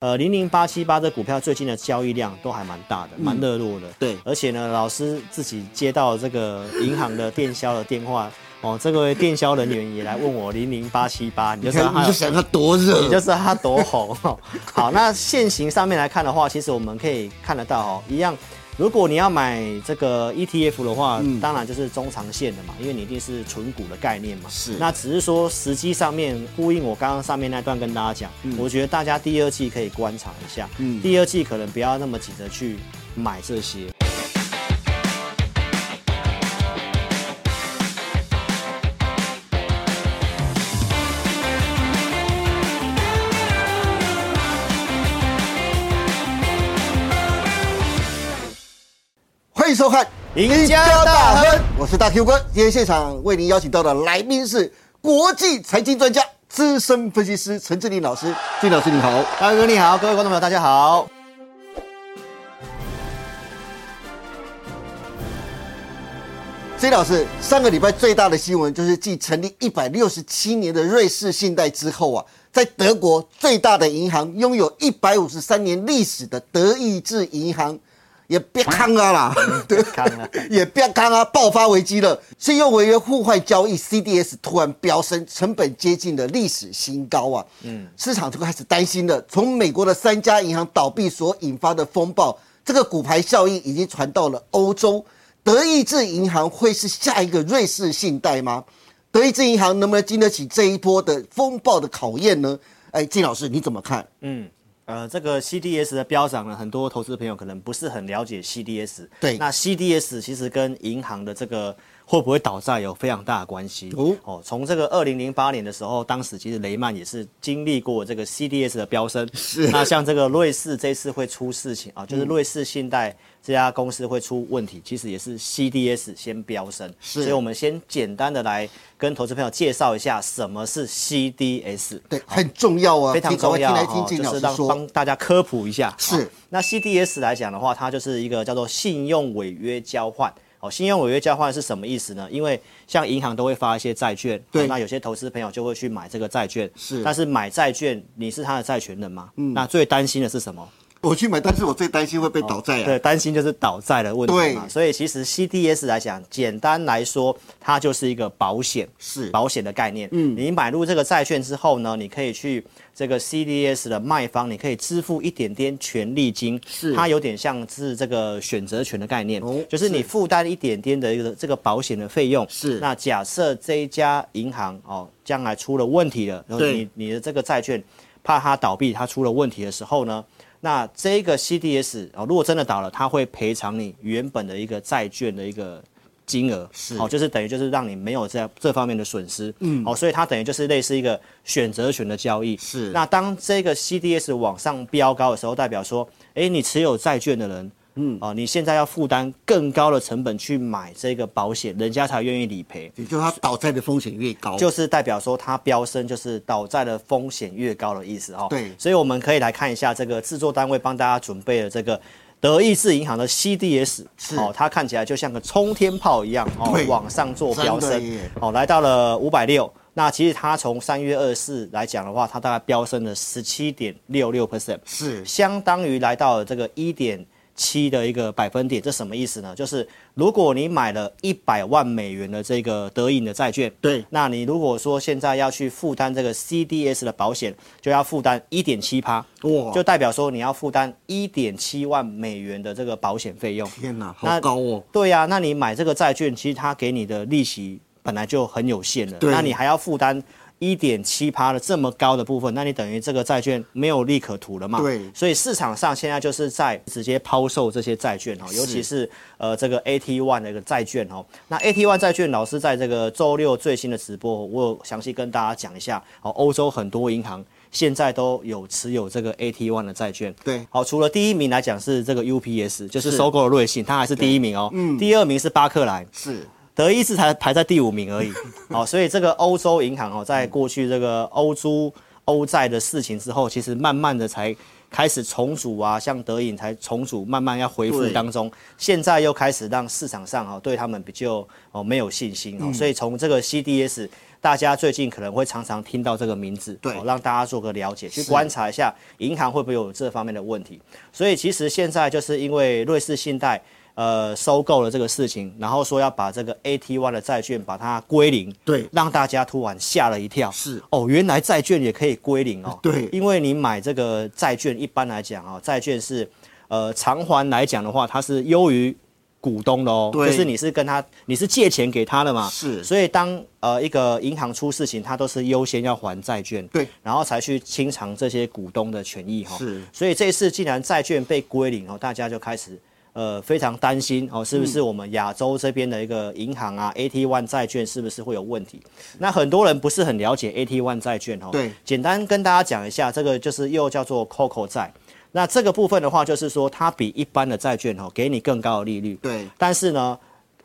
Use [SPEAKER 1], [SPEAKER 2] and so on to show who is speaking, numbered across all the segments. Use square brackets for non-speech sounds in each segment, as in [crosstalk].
[SPEAKER 1] 呃，零零八七八这股票最近的交易量都还蛮大的，
[SPEAKER 2] 嗯
[SPEAKER 1] 蛮热络的。
[SPEAKER 2] 对
[SPEAKER 1] 而且呢，老师自己接到这个银行的电销的电话，哦，这位电销人员也来问我零零八七八，你就
[SPEAKER 2] 你
[SPEAKER 1] 知道
[SPEAKER 2] 看
[SPEAKER 1] 他
[SPEAKER 2] 你
[SPEAKER 1] 有
[SPEAKER 2] 就想它多热，
[SPEAKER 1] 你就知道它多红哦。 [laughs] 好，那现行上面来看的话，其实我们可以看得到哦，一样。如果你要买这个 ETF 的话，
[SPEAKER 2] 嗯
[SPEAKER 1] 当然就是中长线的嘛，因为你一定是纯股的概念嘛。
[SPEAKER 2] 是
[SPEAKER 1] 那只是说时机上面呼应我刚刚上面那段跟大家讲，我觉得大家第二季可以观察一下，
[SPEAKER 2] 嗯
[SPEAKER 1] 第二季可能不要那么急着去买这些。
[SPEAKER 2] 欢迎收看《
[SPEAKER 1] 赢家大亨》，
[SPEAKER 2] 我是大 Q 哥。今天现场为您邀请到的来宾是国际财经专家、资深分析师陈志林老师。志林老师你好，
[SPEAKER 1] 大哥你好，各位观众朋友大家好。
[SPEAKER 2] 志林老师，上个礼拜最大的新闻就是继成立一百六十七年的瑞士信贷之后啊，在德国最大的银行、拥有一百五十三年历史的德意志银行。也别康啊啦，对，
[SPEAKER 1] 康
[SPEAKER 2] [laughs]
[SPEAKER 1] 啊
[SPEAKER 2] 也别康啊，爆发危机了。信用违约互换交易 CDS 突然飙升，成本接近了历史新高啊。嗯，市场就开始担心了。从美国的三家银行倒闭所引发的风暴，这个骨牌效应已经传到了欧洲。德意志银行会是下一个瑞士信贷吗？德意志银行能不能经得起这一波的风暴的考验呢？哎，金老师你怎么看？
[SPEAKER 1] 嗯，呃，这个 CDS 的飙涨呢，很多投资朋友可能不是很了解 CDS。
[SPEAKER 2] 对
[SPEAKER 1] 那 CDS 其实跟银行的这个会不会倒债有非常大的关系。
[SPEAKER 2] 哦
[SPEAKER 1] 哦，从这个二零零八年的时候，当时其实雷曼也是经历过这个 CDS 的飙升。是。那像这个瑞士这次会出事情啊，
[SPEAKER 2] 嗯
[SPEAKER 1] 就是瑞士信贷这家公司会出问题，其实也是 CDS 先飙升。
[SPEAKER 2] 是
[SPEAKER 1] 所以我们先简单的来跟投资朋友介绍一下什么是 CDS。
[SPEAKER 2] 对，很重要啊，
[SPEAKER 1] 非常重要
[SPEAKER 2] 听来
[SPEAKER 1] 哦
[SPEAKER 2] 听，金
[SPEAKER 1] 就
[SPEAKER 2] 老
[SPEAKER 1] 是
[SPEAKER 2] 师
[SPEAKER 1] 让
[SPEAKER 2] 说。
[SPEAKER 1] 帮大家科普一下。
[SPEAKER 2] 是
[SPEAKER 1] 哦那 CDS 来讲的话，它就是一个叫做信用违约交换。哦，信用违约交换是什么意思呢？因为像银行都会发一些债券，
[SPEAKER 2] 对
[SPEAKER 1] 哦那有些投资朋友就会去买这个债券，
[SPEAKER 2] 是
[SPEAKER 1] 但是买债券，你是他的债权人吗？嗯，那最担心的是什么？
[SPEAKER 2] 我去买，但是我最担心会被倒债啊。
[SPEAKER 1] 哦对，担心就是倒债的问题嘛。
[SPEAKER 2] 对
[SPEAKER 1] 所以其实 CDS 来讲，简单来说，它就是一个保险，
[SPEAKER 2] 是
[SPEAKER 1] 保险的概念。嗯，你买入这个债券之后呢，你可以去这个 CDS 的卖方，你可以支付一点点权利金，
[SPEAKER 2] 是
[SPEAKER 1] 它有点像是这个选择权的概念，
[SPEAKER 2] 哦
[SPEAKER 1] 就是你负担一点点的一个这个保险的费用。
[SPEAKER 2] 是
[SPEAKER 1] 那假设这一家银行哦，将来出了问题了，然后
[SPEAKER 2] 对
[SPEAKER 1] 你你的这个债券怕它倒闭，它出了问题的时候呢，那这个 CDS 哦，如果真的倒了，它会赔偿你原本的一个债券的一个金额，
[SPEAKER 2] 是
[SPEAKER 1] 哦，就是等于就是让你没有这这方面的损失，嗯，哦，所以它等于就是类似一个选择权的交易，
[SPEAKER 2] 是
[SPEAKER 1] 那当这个 CDS 往上飙高的时候，代表说，哎，你持有债券的人。嗯，哦，你现在要负担更高的成本去买这个保险，人家才愿意理赔。
[SPEAKER 2] 也就是它倒债的风险越高，
[SPEAKER 1] 就是代表说它飙升，就是倒债的风险越高的意思哦。
[SPEAKER 2] 对
[SPEAKER 1] 所以我们可以来看一下这个制作单位帮大家准备的这个德意志银行的 CDS，
[SPEAKER 2] 是
[SPEAKER 1] 哦，它看起来就像个冲天炮一样哦
[SPEAKER 2] 对，
[SPEAKER 1] 往上做飙
[SPEAKER 2] 真的
[SPEAKER 1] 升
[SPEAKER 2] 耶，
[SPEAKER 1] 哦，来到了五百六。那其实它从三月二十四来讲的话，它大概飙升了十七点六六 percent，
[SPEAKER 2] 是
[SPEAKER 1] 相当于来到了这个一点七的一个百分点，这什么意思呢？就是如果你买了一百万美元的这个德银的债券，
[SPEAKER 2] 对
[SPEAKER 1] 那你如果说现在要去负担这个 CDS 的保险，就要负担一点七趴，
[SPEAKER 2] 哇
[SPEAKER 1] 就代表说你要负担一点七万美元的这个保险费用。
[SPEAKER 2] 天哪，好
[SPEAKER 1] 那
[SPEAKER 2] 高哦。
[SPEAKER 1] 对呀、那你买这个债券，其实它给你的利息本来就很有限了，
[SPEAKER 2] 对
[SPEAKER 1] 那你还要负担一点七趴的这么高的部分，那你等于这个债券没有利可图了嘛？
[SPEAKER 2] 对
[SPEAKER 1] 所以市场上现在就是在直接抛售这些债券哦，尤其是呃这个 AT One 的一个债券哦。那 AT One 债券老师在这个周六最新的直播，我有详细跟大家讲一下哦，欧洲很多银行。现在都有持有这个 AT One 的债券，
[SPEAKER 2] 对
[SPEAKER 1] 好，除了第一名来讲是这个 UPS，就是
[SPEAKER 2] 是
[SPEAKER 1] 收购了瑞信，它还是第一名哦，第二名是巴克莱，
[SPEAKER 2] 是
[SPEAKER 1] 德意志才排在第五名
[SPEAKER 2] [laughs]
[SPEAKER 1] 而已。哦，所以这个欧洲银行哦，在过去这个欧洲欧债的事情之后，其实慢慢的才开始重组啊，像德银才重组，慢慢要恢复
[SPEAKER 2] 对
[SPEAKER 1] 当中。现在
[SPEAKER 2] 嗯
[SPEAKER 1] 又开始让市场上哦对他们比较哦没有信心哦，所以从这个 CDS。大家最近可能会常常听到这个名字，
[SPEAKER 2] 对
[SPEAKER 1] 哦让大家做个了解，去观察一下银行会不会有这方面的问题。所以其实现在就是因为瑞士信贷。呃，收购了这个事情，然后说要把这个 AT1 的债券把它归零，
[SPEAKER 2] 对
[SPEAKER 1] 让大家突然吓了一跳。
[SPEAKER 2] 是
[SPEAKER 1] 哦，原来债券也可以归零哦。
[SPEAKER 2] [laughs] 对
[SPEAKER 1] 因为你买这个债券，一般来讲哦，债券是呃偿还来讲的话，它是优于股东的哦，
[SPEAKER 2] 对
[SPEAKER 1] 就是你是跟他你是借钱给他的嘛，
[SPEAKER 2] 是
[SPEAKER 1] 所以当呃一个银行出事情，它都是优先要还债券，
[SPEAKER 2] 对，
[SPEAKER 1] 然后才去清偿这些股东的权益哈、哦，
[SPEAKER 2] 是
[SPEAKER 1] 所以这一次既然债券被归零哦，大家就开始。呃，非常担心哦，是不是我们亚洲这边的一个银行啊、a t One 债券是不是会有问题？那很多人不是很了解 a t One 债券哦，
[SPEAKER 2] 对
[SPEAKER 1] 简单跟大家讲一下，这个就是又叫做 COCO 债。那这个部分的话，就是说它比一般的债券哦，给你更高的利率。
[SPEAKER 2] 对
[SPEAKER 1] 但是呢，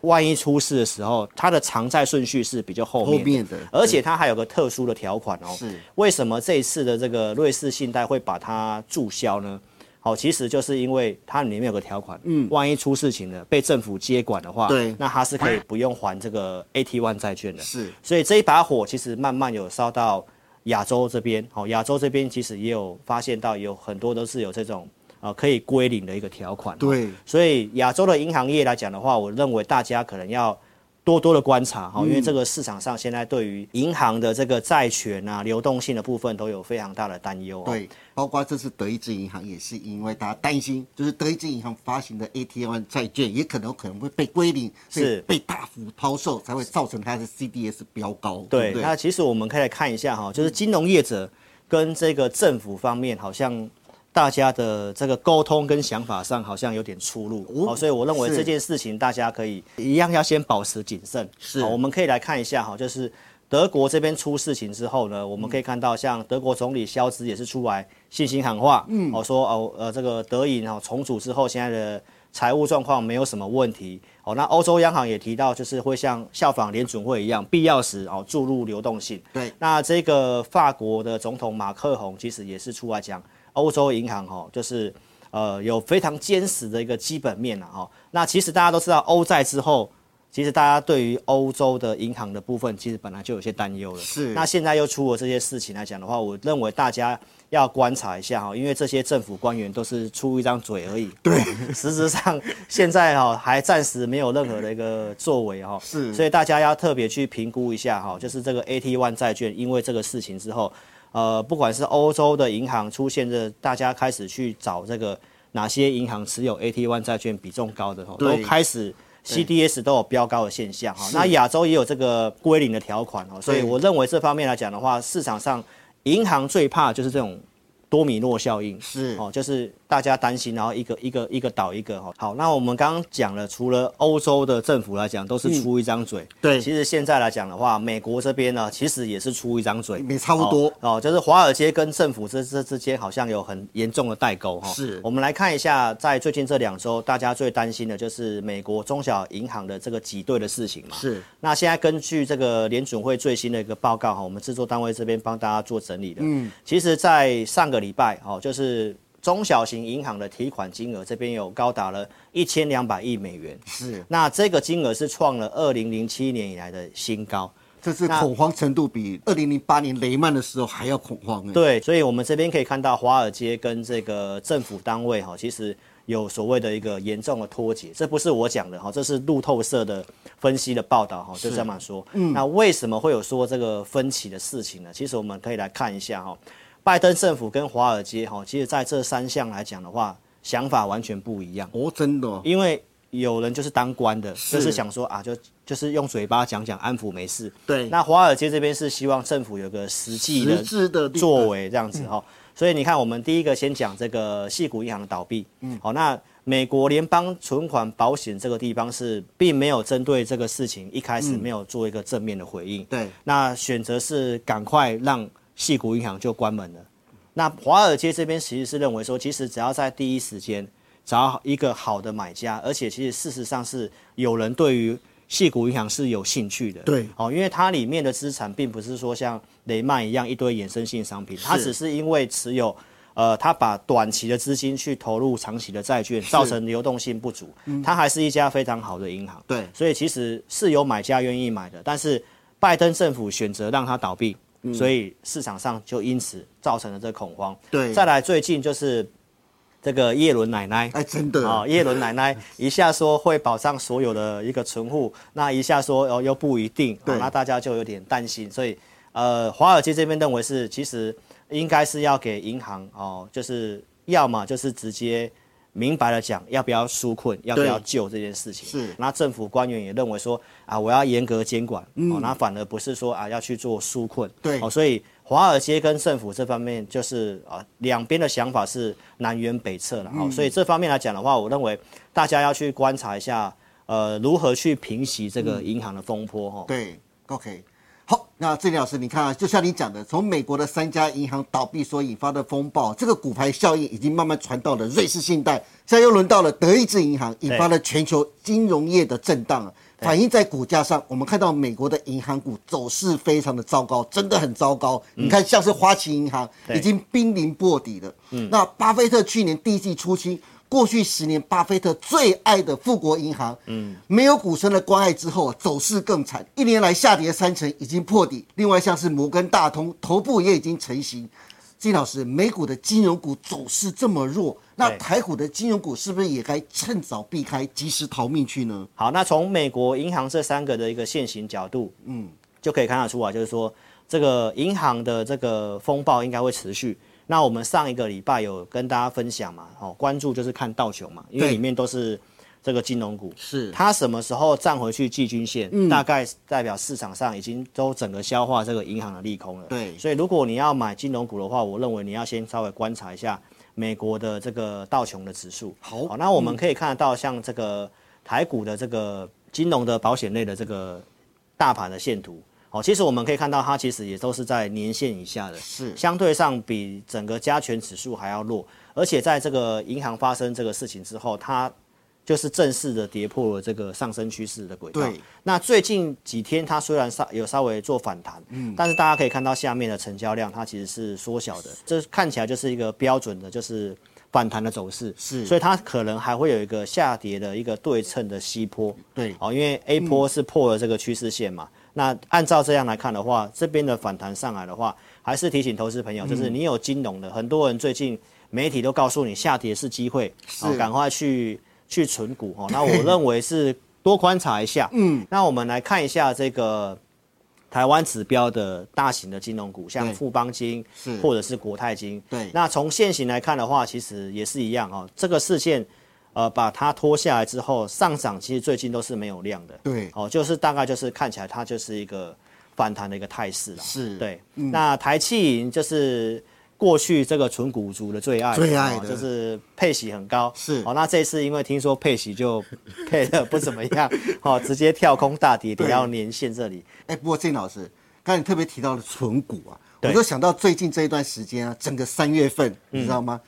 [SPEAKER 1] 万一出事的时候，它的偿债顺序是比较后面
[SPEAKER 2] 后面的
[SPEAKER 1] 而且它还有个特殊的条款哦。
[SPEAKER 2] 是
[SPEAKER 1] 为什么这一次的这个瑞士信贷会把它注销呢？好，其实就是因为它里面有个条款，嗯，万一出事情了，被政府接管的话，
[SPEAKER 2] 对
[SPEAKER 1] 那它是可以不用还这个 AT One 债券的。
[SPEAKER 2] 是
[SPEAKER 1] 所以这一把火其实慢慢有烧到亚洲这边，好、亚洲这边其实也有发现到有很多都是有这种呃可以归零的一个条款。哦
[SPEAKER 2] 对
[SPEAKER 1] 所以亚洲的银行业来讲的话，我认为大家可能要。多多的观察
[SPEAKER 2] 嗯
[SPEAKER 1] 哈，因为这个市场上现在对于银行的这个债权啊、流动性的部分都有非常大的担忧哦。
[SPEAKER 2] 对，包括这次德意志银行也是因为大家担心，就是德意志银行发行的 AT1 债券也可能可能会被归零，所以
[SPEAKER 1] 是
[SPEAKER 2] 被大幅抛售，才会造成它的 CDS 飙高，对
[SPEAKER 1] 对
[SPEAKER 2] 不对？
[SPEAKER 1] 那其实我们可以来看一下哈，就是金融业者跟这个政府方面好像。大家的这个沟通跟想法上好像有点出入，
[SPEAKER 2] 哦
[SPEAKER 1] 哦，所以我认为
[SPEAKER 2] 是
[SPEAKER 1] 这件事情大家可以一样要先保持谨慎。
[SPEAKER 2] 是
[SPEAKER 1] 好我们可以来看一下哈，就是德国这边出事情之后呢，我们可以看到像德国总理肖兹也是出来信心喊话，嗯，哦说哦呃这个德银哦重组之后现在的财务状况没有什么问题，哦那欧洲央行也提到就是会像效仿联准会一样，必要时哦注入流动性。
[SPEAKER 2] 对
[SPEAKER 1] 那这个法国的总统马克宏其实也是出来讲，欧洲银行哦，就是呃有非常坚实的一个基本面啊、哦。那其实大家都知道，欧债之后，其实大家对于欧洲的银行的部分，其实本来就有些担忧了。
[SPEAKER 2] 是
[SPEAKER 1] 那现在又出了这些事情来讲的话，我认为大家要观察一下哈、哦，因为这些政府官员都是出一张嘴
[SPEAKER 2] [laughs]
[SPEAKER 1] 而已。对，实质上现在哈、哦、还暂时没有任何的一个作为哈、哦。
[SPEAKER 2] 是
[SPEAKER 1] 所以大家要特别去评估一下哈、就是这个 AT One 债券，因为这个事情之后，呃，不管是欧洲的银行出现的，大家开始去找这个哪些银行持有 AT One 债券比重高的，哦都
[SPEAKER 2] 对
[SPEAKER 1] 开始 CDS 都有飙高的现象哈。那亚洲也有这个归零的条款哦，所以
[SPEAKER 2] 对
[SPEAKER 1] 我认为这方面来讲的话，市场上银行最怕就是这种多米诺效应，
[SPEAKER 2] 是
[SPEAKER 1] 哦，就是大家担心，然后一个一个一个倒一个哈、哦。好，那我们刚刚讲了，除了欧洲的政府来讲都是出一张嘴，
[SPEAKER 2] 嗯对
[SPEAKER 1] 其实现在来讲的话，美国这边呢其实也是出一张嘴，
[SPEAKER 2] 也差不多
[SPEAKER 1] 哦哦就是华尔街跟政府这这之间好像有很严重的代沟哈、哦。
[SPEAKER 2] 是
[SPEAKER 1] 我们来看一下，在最近这两周，大家最担心的就是美国中小银行的这个挤兑的事情嘛。
[SPEAKER 2] 是
[SPEAKER 1] 那现在根据这个联准会最新的一个报告哈，我们制作单位这边帮大家做整理的。嗯，其实，在上个礼拜哦，就是中小型银行的提款金额这边有高达了一千两百亿美元，
[SPEAKER 2] 是，
[SPEAKER 1] 那这个金额是创了二零零七年以来的新高。
[SPEAKER 2] 这次恐慌程度比二零零八年雷曼的时候还要恐慌哎。
[SPEAKER 1] 对，所以我们这边可以看到华尔街跟这个政府单位哈，其实有所谓的一个严重的脱节，这不是我讲的哈，这是路透社的分析的报道哈，就这么说。嗯，那为什么会有说这个分歧的事情呢？其实我们可以来看一下哈，拜登政府跟华尔街哈，其实在这三项来讲的话，想法完全不一样。
[SPEAKER 2] 哦，真的哦，
[SPEAKER 1] 因为有人就是当官的，
[SPEAKER 2] 是
[SPEAKER 1] 就是想说啊，就就是用嘴巴讲讲安抚没事。
[SPEAKER 2] 对
[SPEAKER 1] 那华尔街这边是希望政府有个实际的
[SPEAKER 2] 实质的力量
[SPEAKER 1] 作为这样子哈、所以你看，我们第一个先讲这个系股银行的倒闭。嗯，好，那美国联邦存款保险这个地方是并没有针对这个事情一开始没有做一个正面的回应。
[SPEAKER 2] 对
[SPEAKER 1] 那选择是赶快让系股银行就关门了。那华尔街这边其实是认为说，其实只要在第一时间找一个好的买家，而且其实事实上是有人对于系股银行是有兴趣的，
[SPEAKER 2] 对
[SPEAKER 1] 哦，因为它里面的资产并不是说像雷曼一样一堆衍生性商品，它
[SPEAKER 2] 是
[SPEAKER 1] 只是因为持有。呃，它把短期的资金去投入长期的债券，造成流动性不足。
[SPEAKER 2] 嗯
[SPEAKER 1] 它还是一家非常好的银行，
[SPEAKER 2] 对
[SPEAKER 1] 所以其实是有买家愿意买的，但是拜登政府选择让它倒闭，所以市场上就因此造成了这个恐慌。
[SPEAKER 2] 对
[SPEAKER 1] 再来最近就是这个耶伦奶奶，
[SPEAKER 2] 哎，真的，
[SPEAKER 1] 啊，耶伦奶奶一下说会保障所有的一个存户，那一下说哦又不一定，啊
[SPEAKER 2] 对
[SPEAKER 1] 那大家就有点担心，所以呃，华尔街这边认为是其实应该是要给银行哦，就是要么就是直接。明白了讲，要不要纾困，要不
[SPEAKER 2] 对
[SPEAKER 1] 要救这件事情
[SPEAKER 2] 是
[SPEAKER 1] 那政府官员也认为说啊，我要严格监管，哦，那反而不是说啊要去做纾困，
[SPEAKER 2] 嗯对
[SPEAKER 1] 哦，所以华尔街跟政府这方面就是啊，两边的想法是南辕北辙了
[SPEAKER 2] 嗯
[SPEAKER 1] 哦，所以这方面来讲的话，我认为大家要去观察一下，呃，如何去平息这个银行的风波哦。
[SPEAKER 2] 嗯对，OK。好，那郑林老师，你看啊，就像你讲的，从美国的三家银行倒闭所引发的风暴，这个骨牌效应已经慢慢传到了瑞士信贷，现在又轮到了德意志银行，引发了全球金融业的震荡了。反映在股价上，我们看到美国的银行股走势非常的糟糕，真的很糟糕。你看，像是花旗银行
[SPEAKER 1] 嗯对
[SPEAKER 2] 已经濒临破底了。嗯，那巴菲特去年第一季出清，过去十年巴菲特最爱的富国银行，嗯，没有股神的关爱之后啊，走势更惨，一年来下跌三成，已经破底。另外像是摩根大通头部也已经成型。金老师，美股的金融股走势这么弱，那
[SPEAKER 1] 对
[SPEAKER 2] 台股的金融股是不是也该趁早避开，及时逃命去呢？
[SPEAKER 1] 好，那从美国银行这三个的一个现行角度，嗯，就可以看得出来，就是说这个银行的这个风暴应该会持续。那我们上一个礼拜有跟大家分享嘛，哦，关注就是看道琼嘛，因为
[SPEAKER 2] 对
[SPEAKER 1] 里面都是这个金融股，
[SPEAKER 2] 是嗯
[SPEAKER 1] 它什么时候站回去季均线，大概代表市场上已经都整个消化这个银行的利空了。
[SPEAKER 2] 对
[SPEAKER 1] 所以如果你要买金融股的话，我认为你要先稍微观察一下美国的这个道琼的指数。
[SPEAKER 2] 好
[SPEAKER 1] 那我们可以看得到，像这个台股的这个金融的保险类的这个大盘的线图。哦，其实我们可以看到，它其实也都是在年线以下的，
[SPEAKER 2] 是
[SPEAKER 1] 相对上比整个加权指数还要弱，而且在这个银行发生这个事情之后，它就是正式的跌破了这个上升趋势的轨道。
[SPEAKER 2] 对，
[SPEAKER 1] 那最近几天它虽然稍有稍微做反弹，嗯，但是大家可以看到下面的成交量它其实是缩小的，这看起来就是一个标准的，就是反弹的走势，
[SPEAKER 2] 是
[SPEAKER 1] 所以它可能还会有一个下跌的一个对称的西坡，
[SPEAKER 2] 对嗯
[SPEAKER 1] 哦，因为 A 波是破了这个趋势线嘛。那按照这样来看的话，这边的反弹上来的话，还是提醒投资朋友，
[SPEAKER 2] 嗯
[SPEAKER 1] 就是你有金融的，很多人最近媒体都告诉你下跌是机会，哦
[SPEAKER 2] 是，
[SPEAKER 1] 赶快去去存股哦。
[SPEAKER 2] [laughs]
[SPEAKER 1] 那我认为是多观察一下。嗯，那我们来看一下这个台湾指标的大型的金融股，像
[SPEAKER 2] 对
[SPEAKER 1] 富邦金
[SPEAKER 2] 是
[SPEAKER 1] 或者是国泰金。
[SPEAKER 2] 对
[SPEAKER 1] 那从现行来看的话，其实也是一样哦。这个事件，呃，把它拖下来之后，上涨其实最近都是没有量的。
[SPEAKER 2] 对
[SPEAKER 1] 哦，就是大概就是看起来它就是一个反弹的一个态势啦。
[SPEAKER 2] 是嗯
[SPEAKER 1] 对。那台气银就是过去这个纯股族的最爱，哦
[SPEAKER 2] 最爱的
[SPEAKER 1] 就是配息很高。
[SPEAKER 2] 是
[SPEAKER 1] 哦，那这次因为听说配息就配的不怎么样，哦，直接跳空大跌，跌
[SPEAKER 2] 对
[SPEAKER 1] 到年线这里。
[SPEAKER 2] 哎，不过郑老师，刚才你特别提到了存股啊，
[SPEAKER 1] 对
[SPEAKER 2] 我就想到最近这一段时间啊，整个三月份，你知道吗？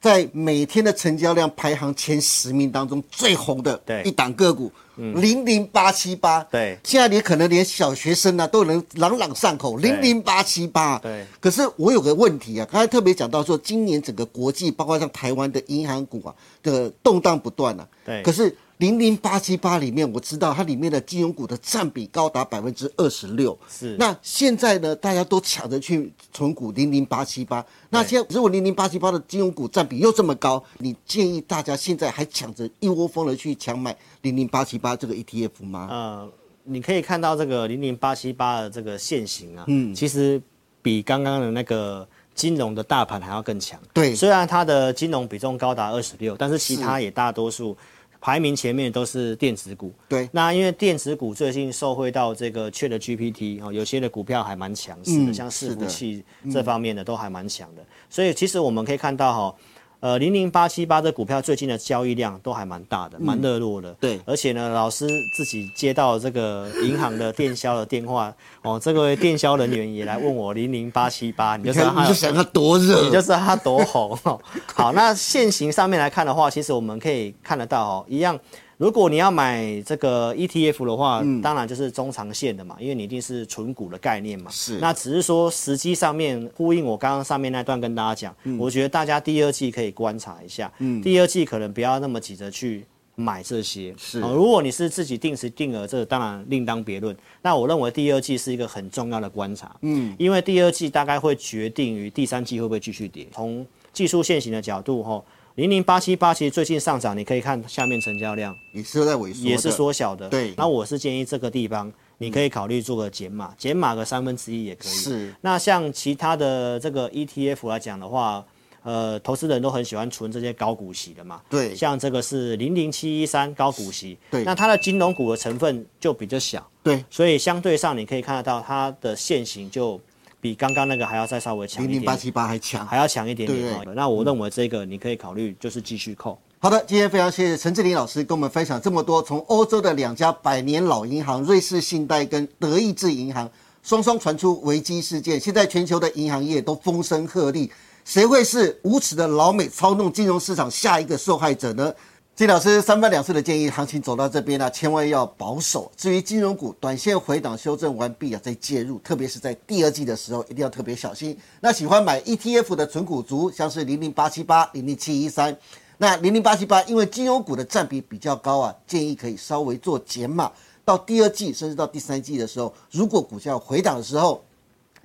[SPEAKER 2] 在每天的成交量排行前十名当中，最红的
[SPEAKER 1] 对嗯
[SPEAKER 2] 一档个股零零八七八，
[SPEAKER 1] 对
[SPEAKER 2] 现在你可能连小学生啊都能朗朗上口，零零八七八，
[SPEAKER 1] 对
[SPEAKER 2] 可是我有个问题啊，刚才特别讲到说，今年整个国际，包括像台湾的银行股啊的动荡不断啊，
[SPEAKER 1] 对
[SPEAKER 2] 可是零零八七八里面，我知道它里面的金融股的占比高达百分之二十六。
[SPEAKER 1] 是
[SPEAKER 2] 那现在呢，大家都抢着去存股零零八七八。那现在如果零零八七八的金融股占比又这么高，你建议大家现在还抢着一窝蜂的去抢买零零八七八这个 ETF 吗？
[SPEAKER 1] 呃，你可以看到这个零零八七八的这个线型啊，嗯，其实比刚刚的那个金融的大盘还要更强。
[SPEAKER 2] 对
[SPEAKER 1] 虽然它的金融比重高达二十六，但是其他也大多数排名前面都是电子股。
[SPEAKER 2] 对
[SPEAKER 1] 那因为电子股最近受惠到这个 Chat GPT 哦，有些的股票还蛮强势的，
[SPEAKER 2] 嗯
[SPEAKER 1] 像伺
[SPEAKER 2] 是
[SPEAKER 1] 服
[SPEAKER 2] 的嗯
[SPEAKER 1] 器这方面的都还蛮强的。所以其实我们可以看到哈、呃，零零八七八的股票最近的交易量都还蛮大的，蛮热络的。
[SPEAKER 2] 嗯对
[SPEAKER 1] 而且呢，老师自己接到这个银行的电销的电话，哦，这位电销人员也来问我零零八七八，你就
[SPEAKER 2] 你
[SPEAKER 1] 知道
[SPEAKER 2] 看，你
[SPEAKER 1] 他
[SPEAKER 2] 就想它多
[SPEAKER 1] 你就
[SPEAKER 2] 热，
[SPEAKER 1] 知道它多红哦。好，那现行上面来看的话，其实我们可以看得到哦，一样。如果你要买这个 ETF 的话，
[SPEAKER 2] 嗯
[SPEAKER 1] 当然就是中长线的嘛，因为你一定是纯股的概念嘛。
[SPEAKER 2] 是
[SPEAKER 1] 那只是说时机上面呼应我刚刚上面那段跟
[SPEAKER 2] 嗯
[SPEAKER 1] 大家讲，我觉得大家第二季可以观察一下，第二季可能不要那么急着去。买这些。
[SPEAKER 2] 是
[SPEAKER 1] 哦如果你是自己定时定额，这当然另当别论。那我认为第二季是一个很重要的观察，嗯，因为第二季大概会决定于第三季会不会继续跌。从技术线型的角度，吼，零零八七八其实最近上涨，你可以看下面成交量
[SPEAKER 2] 也是在萎缩的，
[SPEAKER 1] 也是缩小的。
[SPEAKER 2] 对
[SPEAKER 1] 那我是建议这个地方你可以考虑做个减码，减码个三分之一也可以。
[SPEAKER 2] 是
[SPEAKER 1] 那像其他的这个 ETF 来讲的话，呃，投资人都很喜欢存这些高股息的嘛。
[SPEAKER 2] 对
[SPEAKER 1] 像这个是零零七一三高股息，
[SPEAKER 2] 对
[SPEAKER 1] 那它的金融股的成分就比较小，
[SPEAKER 2] 对
[SPEAKER 1] 所以相对上你可以看得到它的现形就比刚刚那个还要再稍微强一
[SPEAKER 2] 零
[SPEAKER 1] 点
[SPEAKER 2] 零
[SPEAKER 1] 点，
[SPEAKER 2] 八七八还强。
[SPEAKER 1] 还要强一点点
[SPEAKER 2] 对嗯
[SPEAKER 1] 哦。那我认为这个你可以考虑就是继续扣。
[SPEAKER 2] 好的，今天非常谢谢陈志林老师跟我们分享这么多，从欧洲的两家百年老银行瑞士信贷跟德意志银行双双传出危机事件，现在全球的银行业都风声鹤唳，谁会是无耻的老美操弄金融市场下一个受害者呢？金老师三番两次的建议，行情走到这边呢、啊千万要保守。至于金融股，短线回档修正完毕啊，再介入，特别是在第二季的时候，一定要特别小心。那喜欢买 ETF 的存股族，像是零零八七八、零零七一三，那零零八七八因为金融股的占比比较高啊，建议可以稍微做减码。到第二季甚至到第三季的时候，如果股价回档的时候，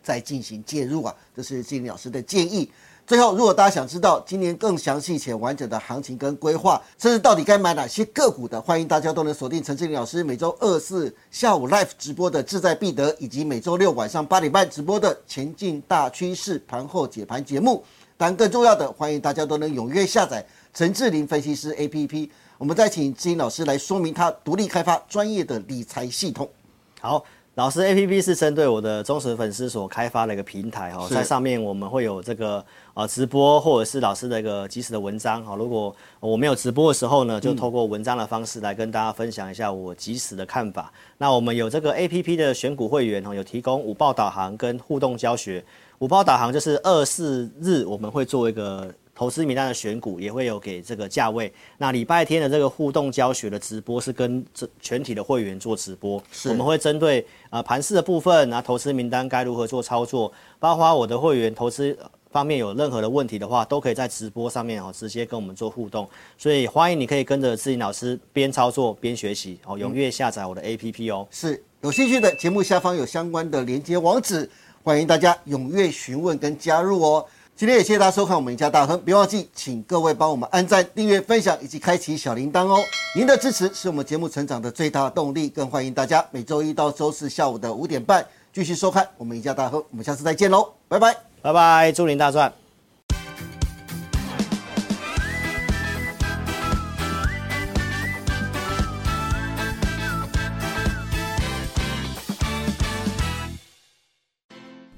[SPEAKER 2] 再进行介入啊，这是金老师的建议。最后，如果大家想知道今年更详细且完整的行情跟规划，甚至到底该买哪些个股的，欢迎大家都能锁定陈志林老师每周二四下午 live 直播的《志在必得》，以及每周六晚上八点半直播的《前进大趋势盘后解盘》节目。当然，更重要的，欢迎大家都能踊跃下载陈志林分析师 APP。我们再请志林老师来说明他独立开发专业的理财系统。
[SPEAKER 1] 好，老师 A P P 是针对我的忠实粉丝所开发的一个平台哦，
[SPEAKER 2] 是
[SPEAKER 1] 在上面我们会有这个呃直播或者是老师的一个及时的文章哈、哦。如果我没有直播的时候呢，就透过文章的方式来跟大家分享一下我及时的看法。那我们有这个 A P P 的选股会员哦，有提供五报导航跟互动教学。五报导航就是二四日我们会做一个投资名单的选股，也会有给这个价位。那礼拜天的这个互动教学的直播是跟这全体的会员做直播，我们会针对啊盘势的部分，然后投资名单该如何做操作，包括我的会员投资。方面有任何的问题的话，都可以在直播上面哦，直接跟我们做互动，所以欢迎你可以跟着志颖老师边操作边学习哦，踊跃下载我的 APP 哦。
[SPEAKER 2] 是有兴趣的，节目下方有相关的连接网址，欢迎大家踊跃询问跟加入哦。今天也谢谢大家收看我们赢家大亨，别忘记请各位帮我们按赞、订阅、分享以及开启小铃铛哦。您的支持是我们节目成长的最大动力，更欢迎大家每周一到周四下午的五点半继续收看我们赢家大亨。我们下次再见喽，拜拜。
[SPEAKER 1] 拜拜，祝您大赚。